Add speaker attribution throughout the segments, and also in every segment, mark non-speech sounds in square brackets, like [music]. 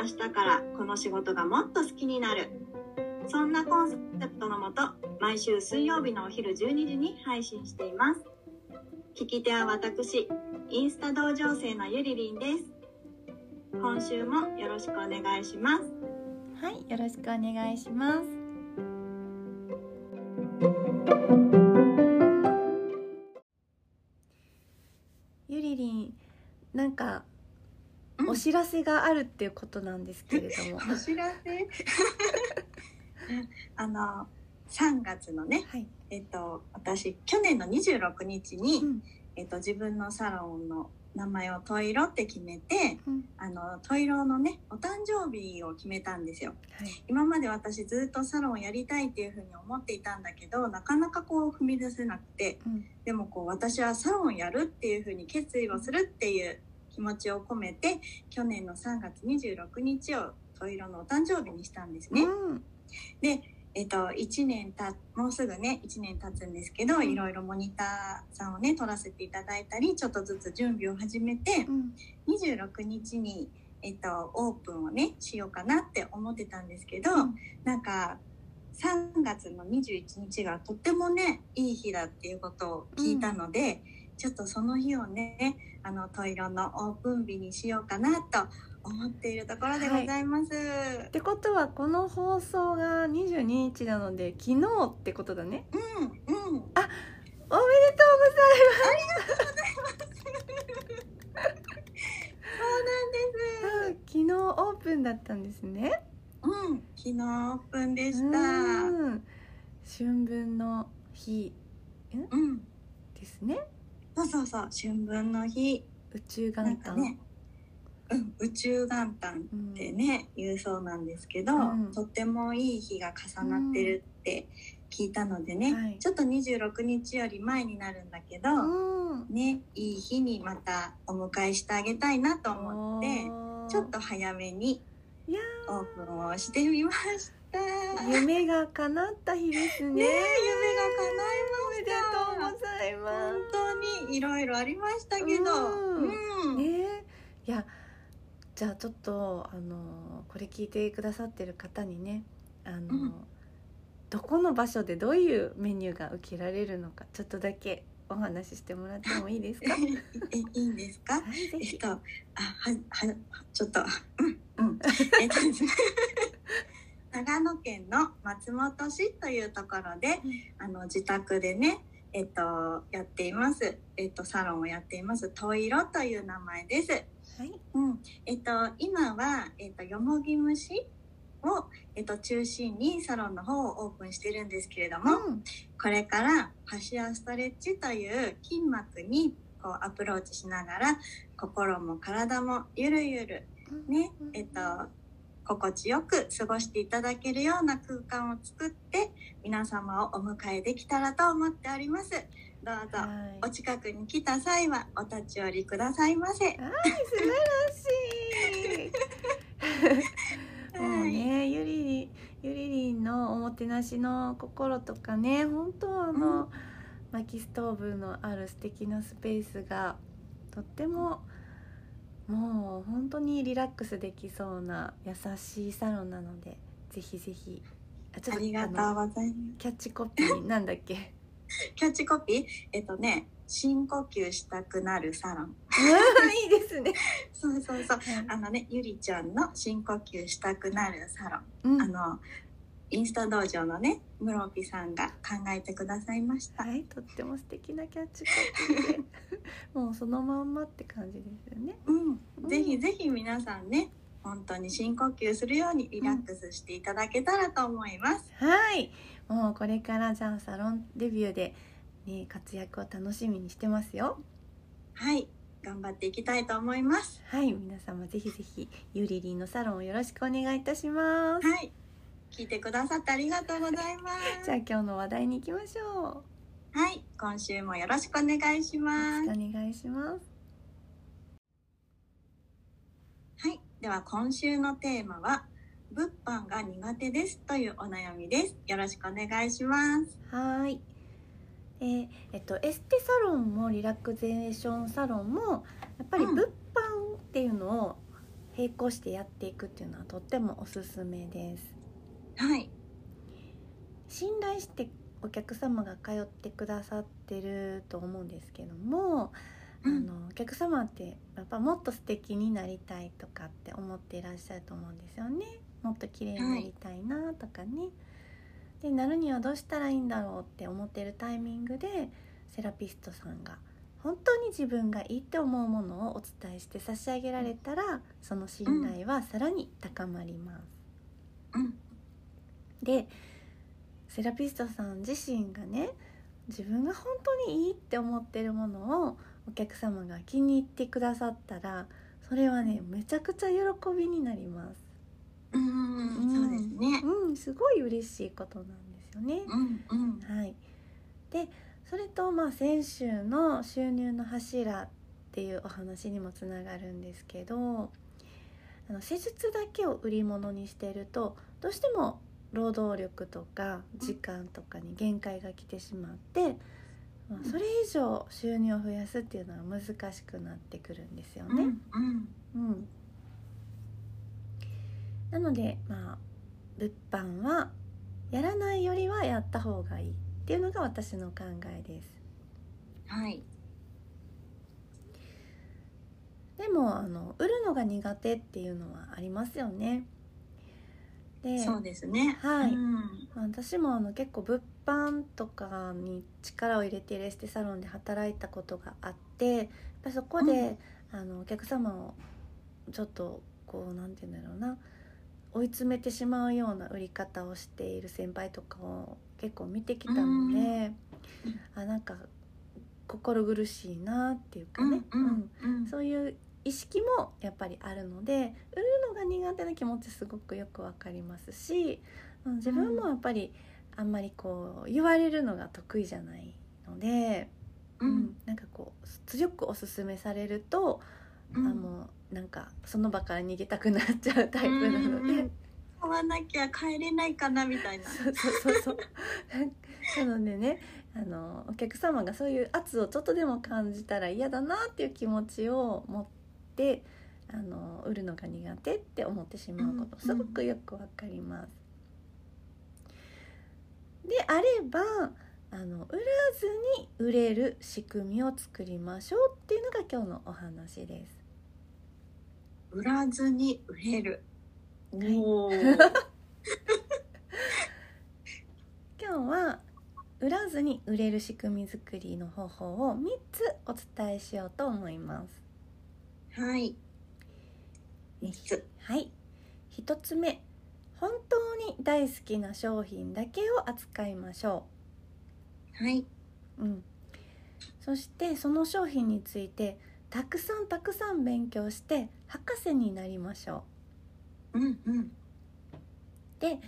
Speaker 1: 明日からこの仕事がもっと好きになるそんなコンセプトのもと毎週水曜日のお昼12時に配信しています聞き手は私インスタ同情生のゆりりんです今週もよろしくお願いします
Speaker 2: はい、よろしくお願いします。ゆりりん、なん
Speaker 1: う
Speaker 2: か、
Speaker 1: ん
Speaker 2: お知らせがあるっていうことなんですけれども。
Speaker 1: お知らせ [laughs] あの3月のね
Speaker 2: はい、
Speaker 1: えっと私去年の26日に、
Speaker 2: うん
Speaker 1: えっと、自分のサロンの名前を「トイロ」って決めて
Speaker 2: うん、
Speaker 1: あのトイロのねお誕生日を決めたんですよ
Speaker 2: はい、
Speaker 1: 今まで私ずっとサロンやりたいっていうふうに思っていたんだけどなかなかこう踏み出せなくて
Speaker 2: うん、
Speaker 1: でもこう私はサロンやるっていうふうに決意をするっていう気持ちを込めて去年の3月26日をトイロのお誕生日にしたんですね。
Speaker 2: うん、
Speaker 1: えっと、1年たもうすぐね1年経つんですけど、
Speaker 2: ん
Speaker 1: いろいろモニターさんをね撮らせていただいたりちょっとずつ準備を始めて
Speaker 2: うん、
Speaker 1: 26日に、えっと、オープンをねしようかなって思ってたんですけど、
Speaker 2: うん
Speaker 1: なんか3月の21日がとってもねいい日だっていうことを聞いたので、ちょっとその日をねあのトイロのオープン日にしようかなと思っているところでございます。
Speaker 2: ってことは、この放送が22日なので、昨日ってことだね。
Speaker 1: うん、うん
Speaker 2: おめでとうござい
Speaker 1: そうなん
Speaker 2: ます。昨日オープンだったんですね。
Speaker 1: です。うん、昨日オープンでした。うん、
Speaker 2: うん春分の日ですね。
Speaker 1: そうそうそう、春分の日、
Speaker 2: 宇宙
Speaker 1: な
Speaker 2: 元
Speaker 1: んか
Speaker 2: 旦。
Speaker 1: ね。うん、宇宙元旦
Speaker 2: う
Speaker 1: っ
Speaker 2: ん
Speaker 1: てね、言うそうなんですけど、
Speaker 2: うん
Speaker 1: とってもいい日が重なってるって聞いたのでね。
Speaker 2: うんはい
Speaker 1: ちょっと26日より前になるんだけど。
Speaker 2: うん
Speaker 1: ね、いい日にまたお迎えしてあげたいなと思って
Speaker 2: おー
Speaker 1: ちょっと早めに
Speaker 2: いや
Speaker 1: オープンをしてみました
Speaker 2: ー夢が叶った日ですね。
Speaker 1: ねえ夢が叶い
Speaker 2: おめで
Speaker 1: ました
Speaker 2: とうございま
Speaker 1: 本当にいろいろありましたけど、
Speaker 2: う
Speaker 1: うん
Speaker 2: す。ねいやじゃあちょっとあのこれ聞いてくださってる方にねあの、
Speaker 1: うん
Speaker 2: どこの場所でどういうメニューが受けられるのかちょっとだけお話ししてもらってもいいですか。は
Speaker 1: え [laughs] い [laughs] いんですか？
Speaker 2: いぜ
Speaker 1: えっ
Speaker 2: ひ
Speaker 1: と、。あははちょっと、うんうん。 [laughs] えっとですね長野県の松本市というところで、あの自宅でね、えっとやっています。えっとサロンをやっています。トイロという名前です。
Speaker 2: はい。
Speaker 1: うん、えっと今は、えっと、よもぎ蒸しを、えっと、中心にサロンの方をオープンしてるんですけれども、
Speaker 2: うん
Speaker 1: これからファシアストレッチという筋膜にこうアプローチしながら心も体もゆるゆるね、えっと、心地よく過ごしていただけるような空間を作って皆様をお迎えできたらと思っております。どうぞ
Speaker 2: はい
Speaker 1: お近くに来た際はお立ち寄りくださいませ。
Speaker 2: [laughs] はい、素晴らしい。 [laughs] もうね、ゆりり、ゆりりんのおもてなしの心とかね、本当あの。薪ストーブのある素敵なスペースが。とっても。もう本当にリラックスできそうな優しいサロンなので、ぜひぜひ。あ、ち
Speaker 1: ありがとう
Speaker 2: あの
Speaker 1: ございま
Speaker 2: キャッチコピーなんだっ
Speaker 1: [laughs]
Speaker 2: け。
Speaker 1: す。キャッチコピーえっとね、深呼吸したくなるサロン。
Speaker 2: いいですね。
Speaker 1: そうそうそう。
Speaker 2: はい
Speaker 1: あのね、ゆりちゃんの深呼吸したくなるサロン。
Speaker 2: うん
Speaker 1: あの、インスタ道場のね、ムロピさんが考えてくださいました。
Speaker 2: はい、とっても素敵なキャッチコピー [laughs] でもうそのまんまって感じですよね。
Speaker 1: うん、
Speaker 2: うん
Speaker 1: ぜひぜひ皆さんね、本当に深呼吸するようにリラックスしていただけたらと思います。
Speaker 2: はい、もうこれからじゃあサロンデビューで、ね、活躍を楽しみにしてますよ。
Speaker 1: はい、頑張っていきたいと思います。
Speaker 2: はい皆様ぜひぜひゆりりんのサロンをよろしくお願いいたします、
Speaker 1: はい。聞いてくださってありがとうございます。
Speaker 2: じゃあ今日の話題に行きましょ
Speaker 1: はい、今週もよろしくお願いし
Speaker 2: う
Speaker 1: ま
Speaker 2: よ
Speaker 1: す
Speaker 2: ろ。しくお願いします
Speaker 1: はい、では今週のテーマは物販が苦手ですというお悩みです。よろしくお願いします。
Speaker 2: はーい。えーえっと、エステサロンもリラクゼーションサロンもやっぱり
Speaker 1: うん
Speaker 2: 物販っていうのを並行してやっていくっていうのはとってもおすすめです
Speaker 1: はい、
Speaker 2: 信頼してお客様が通ってくださってると思うんですけども、
Speaker 1: うん
Speaker 2: あのお客様ってやっぱもっと素敵になりたいとかって思っていらっしゃると思うんですよねもっと綺麗になりたいなとかね、でなるにはどうしたらいいんだろうって思ってるタイミングでセラピストさんが本当に自分がいいって思うものをお伝えして差し上げられたらその信頼はさらに高まります。
Speaker 1: うん、
Speaker 2: でセラピストさん自身がね自分が本当にいいって思ってるものをお客様が気に入ってくださったらそれはねめちゃくちゃ喜びになります
Speaker 1: うーん、そうですね。
Speaker 2: うんすごい嬉しいことなんですよね
Speaker 1: うん、うん、
Speaker 2: はいでそれとまあ先週の収入の柱っていうお話にもつながるんですけどあの施術だけを売り物にしてるとどうしても労働力とか時間とかに限界が来てしまって、まあそれ以上収入を増やすっていうのは難しくなってくるんですよ
Speaker 1: う
Speaker 2: ね。
Speaker 1: ん、うん、
Speaker 2: うん、なのでまあ物販はやらないよりはやった方がいいっていうのが私の考えです。
Speaker 1: はい、
Speaker 2: でもあの売るのが苦手っていうのはありますよね。で
Speaker 1: そうですね。
Speaker 2: はい
Speaker 1: うん、
Speaker 2: まあ私もあの結構物販とかに力を入れているエステサロンで働いたことがあってやっぱそこで、あのお客様をちょっとこうなんて言うんだろうな追い詰めてしまうような売り方をしている先輩とかを結構見てきたので、あなんか心苦しいなっていうかね、
Speaker 1: うん、うん、うん、
Speaker 2: そういう意識もやっぱりあるので売るのが苦手な気持ちすごくよくわかりますしうん自分もやっぱりあんまりこう言われるのが得意じゃないので、
Speaker 1: うん、
Speaker 2: なんかこう強くおすすめされると、
Speaker 1: うん、
Speaker 2: あもうなんかその場から逃げたくなっちゃうタイプなので、
Speaker 1: うん買わなきゃ帰れないかなみたいな。
Speaker 2: そうそうそうそうなのでねあのお客様がそういう圧をちょっとでも感じたら嫌だなっていう気持ちを持ってあの売るのが苦手って思ってしまうこと、
Speaker 1: うん
Speaker 2: すごくよくわかります。であればあの売らずに売れる仕組みを作りましょうっていうのが今日のお話です。
Speaker 1: 売らずに売れる。
Speaker 2: はい
Speaker 1: おー
Speaker 2: 今日は売らずに売れる仕組み作りの方法を3つお伝えしようと思います。
Speaker 1: はい、三つ。
Speaker 2: はい。1つ目、本当に大好きな商品だけを扱いましょ
Speaker 1: はい。
Speaker 2: う。うん。そしてその商品についてたくさんたくさん勉強して博士になりましょ
Speaker 1: うんうん。
Speaker 2: う。で、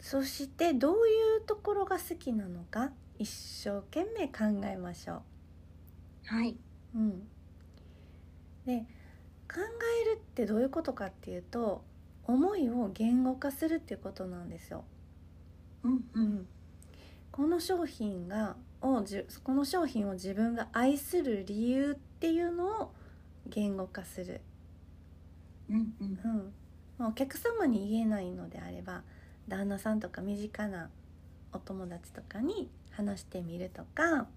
Speaker 2: そしてどういうところが好きなのか一生懸命考えましょう。
Speaker 1: はい。
Speaker 2: うん、で考えるってどういうことかっていうと思いを言語化するっていうことなんですよ。
Speaker 1: うんう。
Speaker 2: うんん、この商品がをじゅこの商品を自分が愛する理由っていうのを言語化する、
Speaker 1: うんうん。
Speaker 2: うんまあ、お客様に言えないのであれば旦那さんとか身近なお友達とかに話してみるとか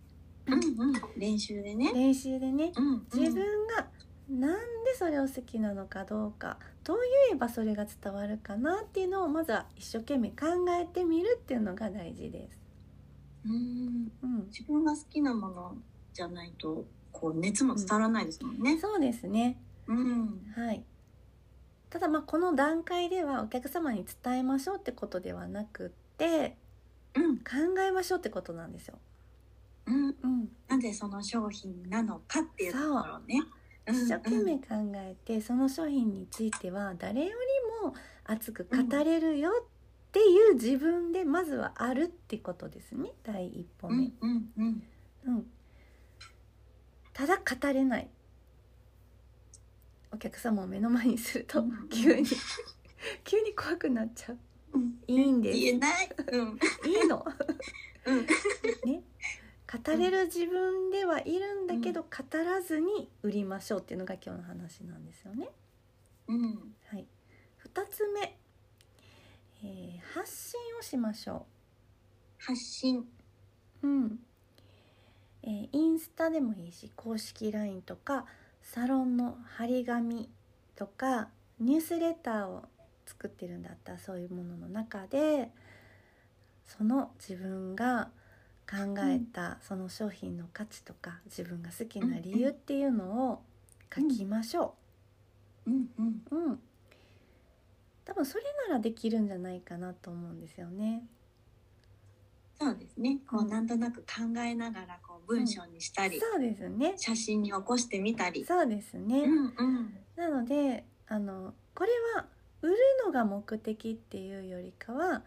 Speaker 1: うんうん。練習でね。
Speaker 2: 練習でね
Speaker 1: うんうん。
Speaker 2: 自分がなんでそれを好きなのかどうかどう言えばそれが伝わるかなっていうのをまずは一生懸命考えてみるっていうのが大事です。
Speaker 1: うん。
Speaker 2: うん、
Speaker 1: 自分が好きなものじゃないと、こう熱も伝わらないですもんね。
Speaker 2: そうですね、
Speaker 1: うん。
Speaker 2: はい、ただまあこの段階ではお客様に伝えましょうってことではなくって
Speaker 1: うん。
Speaker 2: 考えましょうってことなんですよ。
Speaker 1: うん。
Speaker 2: うん、
Speaker 1: なぜその商品なのかっていうところね。うん
Speaker 2: 一生懸命考えてその商品については誰よりも熱く語れるよっていう自分でまずはあるってことですね第一歩
Speaker 1: う
Speaker 2: 目
Speaker 1: ん、うんうんうん
Speaker 2: うん、ただ語れないお客様を目の前にすると
Speaker 1: うん
Speaker 2: 急に [laughs] 急に怖くなっちゃう
Speaker 1: うん
Speaker 2: いいんですい
Speaker 1: 言えない。うん [laughs]
Speaker 2: いの
Speaker 1: うん
Speaker 2: ね語れる自分ではいるんだけど、語らずに売りましょうっていうのが今日の話なんですよね。
Speaker 1: うん
Speaker 2: はい、2つ目、えー発信をしましょ
Speaker 1: 発信。
Speaker 2: う、うんえーインスタでもいいし公式 LINE とかサロンの張り紙とかニュースレターを作ってるんだったらそういうものの中でその自分が考えたその商品の価値とか自分が好きな理由っていうのを書きましょう。
Speaker 1: うんうん
Speaker 2: うん、多分それならできるんじゃないかなと思うんですよね。
Speaker 1: そうですね。こ
Speaker 2: う
Speaker 1: うんなんとなく考えながらこう文章にしたり、
Speaker 2: そうですね。
Speaker 1: 写真に起こしてみたり。
Speaker 2: そうですね。
Speaker 1: うんうん
Speaker 2: なので、あのこれは売るのが目的っていうよりかは、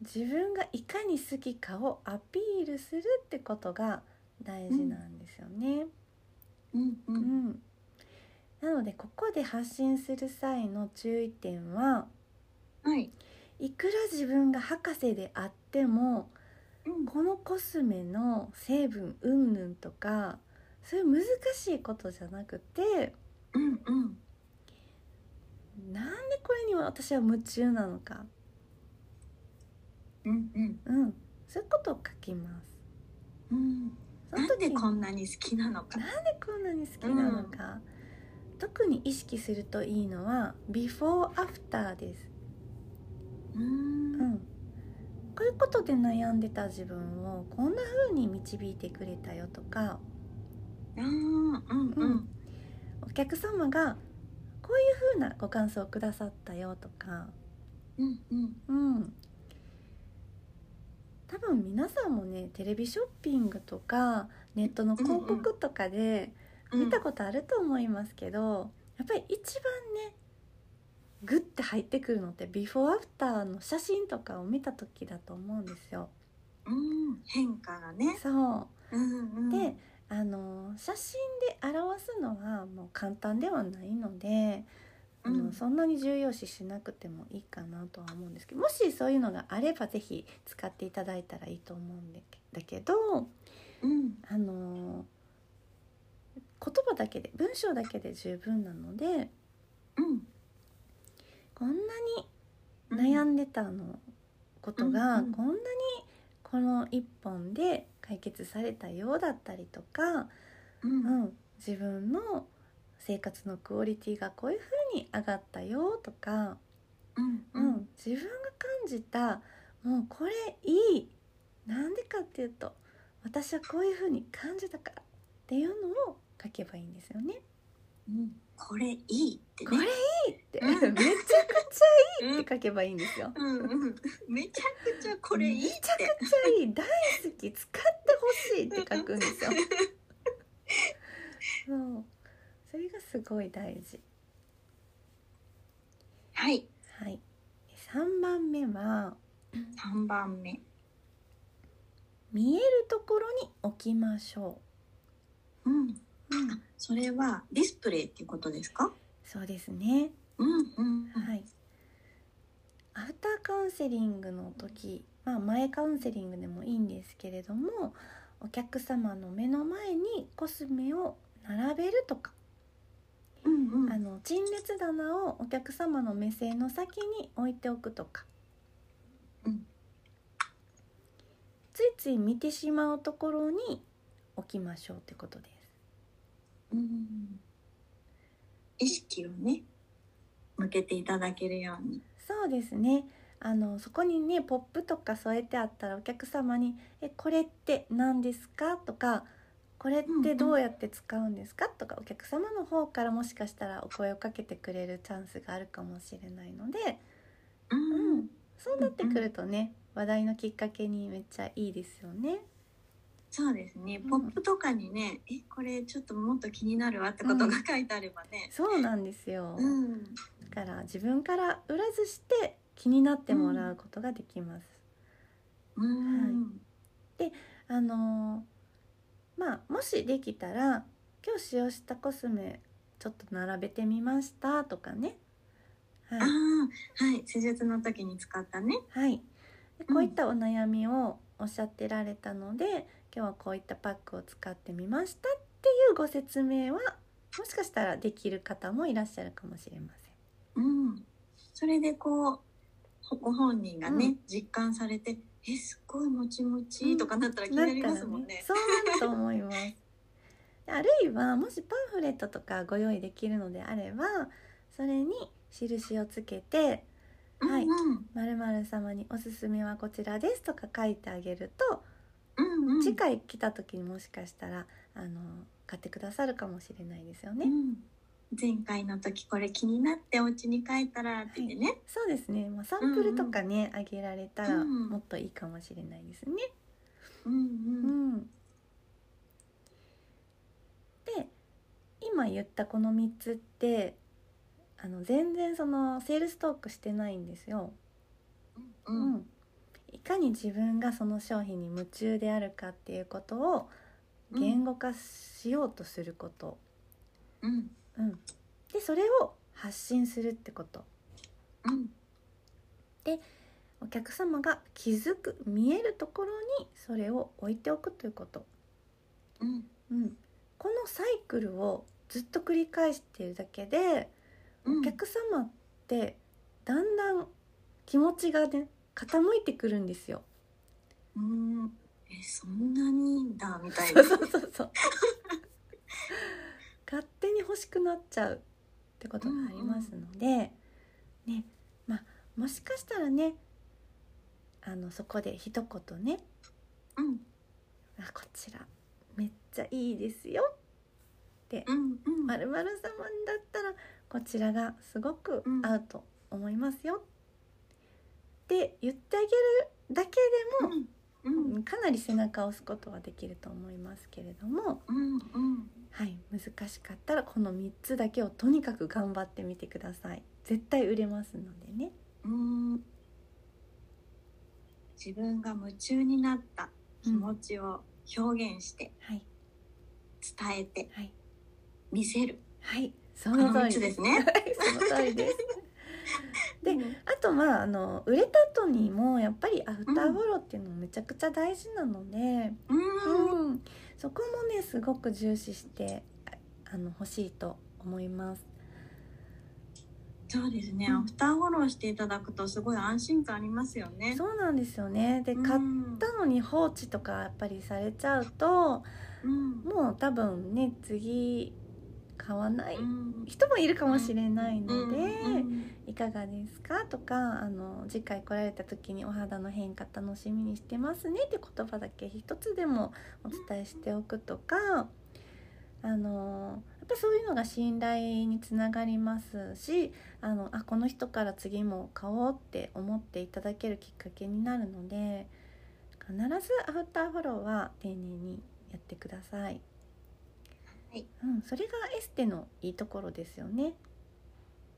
Speaker 2: 自分がいかに好きかをアピールするってことが大事なんですよね。
Speaker 1: うんう
Speaker 2: うんん。なのでここで発信する際の注意点は、
Speaker 1: はい。
Speaker 2: いくら自分が博士であっても。
Speaker 1: うん
Speaker 2: このコスメの成分うんぬんとかそういう難しいことじゃなくて
Speaker 1: うんうん。
Speaker 2: なんでこれに私は夢中なのか、
Speaker 1: うんうん
Speaker 2: うん、そういうことを書きます。
Speaker 1: うん。
Speaker 2: その
Speaker 1: なん
Speaker 2: 時
Speaker 1: で
Speaker 2: に
Speaker 1: こんなに好きなのか。
Speaker 2: なんでこんなに好きなのか、特に意識するといいのはビフォーアフターです、
Speaker 1: う
Speaker 2: うんん、こういうことで悩んでた自分をこんな風に導いてくれたよとか
Speaker 1: あーうんうん
Speaker 2: お客様がこういう風なご感想をくださったよとか
Speaker 1: うんうん
Speaker 2: うん多分皆さんもねテレビショッピングとかネットの広告とかで
Speaker 1: うん
Speaker 2: 見たことあると思いますけど、やっぱり一番ねグッて入ってくるのってビフォーアフターの写真とかを見た時だと思うんですよ。
Speaker 1: うん変化がね。
Speaker 2: そう
Speaker 1: うんうん
Speaker 2: で、あの写真で表すのはもう簡単ではないので、あ
Speaker 1: う
Speaker 2: の
Speaker 1: ん
Speaker 2: そんなに重要視しなくてもいいかなとは思うんですけどもしそういうのがあればぜひ使っていただいたらいいと思うんだけだけど、
Speaker 1: うん
Speaker 2: あの言葉だけで文章だけで十分なので
Speaker 1: うん
Speaker 2: こんなに悩
Speaker 1: で
Speaker 2: んでたのことが、
Speaker 1: うんうん
Speaker 2: こんなにこの一本で解決されたようだったりとか。
Speaker 1: うん
Speaker 2: うん、自分の生活のクオリティがこういう風に上がったよとか、
Speaker 1: うん
Speaker 2: う
Speaker 1: うんん
Speaker 2: 自分が感じたもうこれいいなんでかっていうと私はこういう風に感じたからっていうのを書けばいいんですよね。
Speaker 1: うんこれいいってね。
Speaker 2: これいいって、
Speaker 1: う
Speaker 2: [laughs] めちゃ
Speaker 1: ん
Speaker 2: くちゃ
Speaker 1: う
Speaker 2: いいっ
Speaker 1: ん
Speaker 2: て書けばいいんですよ。
Speaker 1: うんうんめちゃくちゃこれいいっ
Speaker 2: めちゃ
Speaker 1: て。
Speaker 2: くちゃいい大好き使ってほしいって書くん
Speaker 1: [laughs]
Speaker 2: ですよ。そうそれがすごい大事。
Speaker 1: はい
Speaker 2: はい。3番目は
Speaker 1: 三番目。
Speaker 2: 見えるところに置きましょ
Speaker 1: うん
Speaker 2: う。
Speaker 1: あそれはディスプレイっていうことですか。
Speaker 2: そうですね。
Speaker 1: うんうん
Speaker 2: はい。アフターカウンセリングの時、まあ前カウンセリングでもいいんですけれども、お客様の目の前にコスメを並べるとか、
Speaker 1: うんうん
Speaker 2: あの陳列棚をお客様の目線の先に置いておくとか、
Speaker 1: うん
Speaker 2: ついつい見てしまうところに置きましょうってことです。
Speaker 1: うん意識をね向けていただけるように。
Speaker 2: そうですね。あのそこにねポップとか添えてあったらお客様に「えこれって何ですか?」とか「これってどうやって使うんですか?」とかお客様の方からもしかしたらお声をかけてくれるチャンスがあるかもしれないので、
Speaker 1: う
Speaker 2: うんん、そうなってくるとね話題のきっかけにめっちゃいいですよね。
Speaker 1: そうですね
Speaker 2: うん
Speaker 1: ポップとかにね、えこれちょっともっと気になるわってことが書いてあればね、
Speaker 2: そうなんですよ、
Speaker 1: うん、
Speaker 2: だから自分から裏ずして気になってもらうことができます、
Speaker 1: うん、
Speaker 2: あのーまあもしできたら今日使用したコスメちょっと並べてみましたとかねはい
Speaker 1: あ、あはい施術の時に使ったね
Speaker 2: はい、で
Speaker 1: うん
Speaker 2: こういったお悩みをおっしゃってられたので、今日はこういったパックを使ってみましたっていうご説明はもしかしたらできる方もいらっしゃるかもしれません。
Speaker 1: うんそれでこうほご本人がね、
Speaker 2: う
Speaker 1: 実感されてえすっごいもちもちとかなったら気になりますもんね,、
Speaker 2: そうなると思います。あるいはもしパンフレットとかご用意できるのであればそれに印をつけて
Speaker 1: うん
Speaker 2: はい
Speaker 1: うん
Speaker 2: 「〇〇様におすすめはこちらです」とか書いてあげると、
Speaker 1: うんうん
Speaker 2: 次回来た時にもしかしたらあの買ってくださるかもしれないですよね。
Speaker 1: うん、前回の時これ気になってお家に帰ったらって言ってね、
Speaker 2: そうですね、まあ、サンプルとかね、あげられたら
Speaker 1: うん
Speaker 2: もっといいかもしれないですね。
Speaker 1: うん
Speaker 2: う
Speaker 1: うん
Speaker 2: ん、で今言ったこの3つってあの全然そのセールストークしてないんですよ。
Speaker 1: うんうん
Speaker 2: うんいかに自分がその商品に夢中であるかっていうことを言語化しようとすること、
Speaker 1: うん
Speaker 2: うん、でそれを発信するってこと
Speaker 1: うん
Speaker 2: お客様が気づく見えるところにそれを置いておくということ、
Speaker 1: うん
Speaker 2: うん、このサイクルをずっと繰り返しているだけで
Speaker 1: うん
Speaker 2: お客様ってだんだん気持ちがね傾いてくるんですよ。
Speaker 1: うんえそんなにいいんだみたい
Speaker 2: そ
Speaker 1: な
Speaker 2: うそうそうそう勝手に欲しくなっちゃうってことがありますので、ねまあ、もしかしたらねあのそこで一言ね
Speaker 1: うん
Speaker 2: 「あこちらめっちゃいいですよ」
Speaker 1: うんうん
Speaker 2: まるまる様だったらこちらがすごく合うと思いますよって言ってあげるだけ
Speaker 1: うんうん
Speaker 2: でもかなり背中を押すことはできると思いますけれども、
Speaker 1: うんうん
Speaker 2: はい、難しかったらこの3つだけをとにかく頑張ってみてください絶対売れますのでね
Speaker 1: うん自分が夢中になった気持ちを表現して
Speaker 2: はい
Speaker 1: 伝えて
Speaker 2: はい
Speaker 1: 見せる
Speaker 2: はいそ
Speaker 1: この
Speaker 2: の通
Speaker 1: 3
Speaker 2: り
Speaker 1: つ
Speaker 2: で
Speaker 1: ですすね。
Speaker 2: はい [laughs] その通りですで
Speaker 1: うん
Speaker 2: あとまああの売れた後にもやっぱりアフターフォローっていうのめちゃくちゃ大事なので、
Speaker 1: うん
Speaker 2: うん、そこもねすごく重視してああの欲しいと思います。
Speaker 1: そうですね、
Speaker 2: うん
Speaker 1: アフターフォローしていただくとすごい安心感ありますよね。
Speaker 2: そうなんですよね。で
Speaker 1: うん
Speaker 2: 買ったのに放置とかやっぱりされちゃうと
Speaker 1: うん
Speaker 2: もう多分ね次買わない
Speaker 1: うん
Speaker 2: 人もいるかもしれないので、
Speaker 1: うん
Speaker 2: いかがですかとかあの次回来られた時にお肌の変化楽しみにしてますねって言葉だけ一つでもお伝えしておくとかあのやっぱそういうのが信頼につながりますしあのあこの人から次も買おうって思っていただけるきっかけになるので必ずアフターフォローは丁寧にやってください。
Speaker 1: はい
Speaker 2: うん、それがエステのいいところですよね。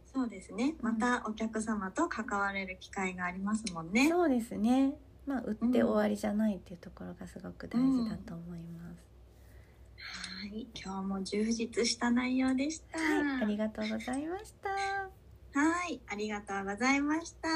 Speaker 1: そうですね。またお客様と関われる機会がありますもんね。
Speaker 2: そうですね。まあ売って終わりじゃないっていうところがすごく大事だと思います。
Speaker 1: はい、今日も充実した内容でした。
Speaker 2: はい、ありがとうございました。
Speaker 1: はい、ありがとうございました。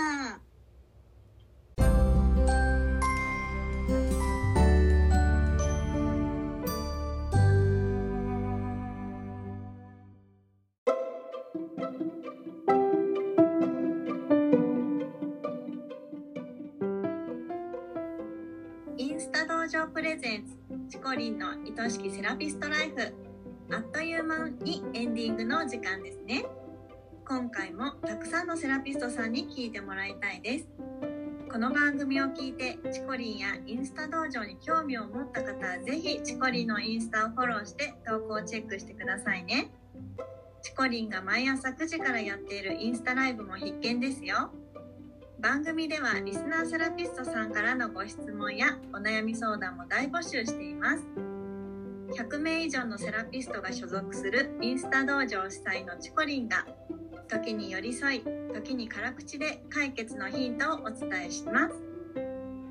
Speaker 1: インスタ道場プレゼンツチコリンの愛しきセラピストライフあっという間にエンディングのお時間ですね今回もたくさんのセラピストさんに聞いてもらいたいですこの番組を聞いてチコリンやインスタ道場に興味を持った方はぜひチコリンのインスタをフォローして投稿をチェックしてくださいねチコリンが毎朝9時からやっているインスタライブも必見ですよ番組ではリスナーセラピストさんからのご質問やお悩み相談も大募集しています100名以上のセラピストが所属するインスタ道場主催のチコリンが時に寄り添い時に辛口で解決のヒントをお伝えします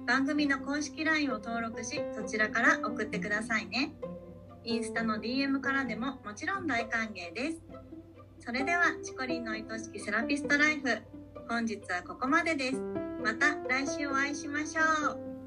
Speaker 1: 番組の公式 LINE を登録しそちらから送ってくださいねインスタの DM からでももちろん大歓迎ですそれではチコリンの愛しきセラピストライフ本日はここまでですまた来週お会いしましょう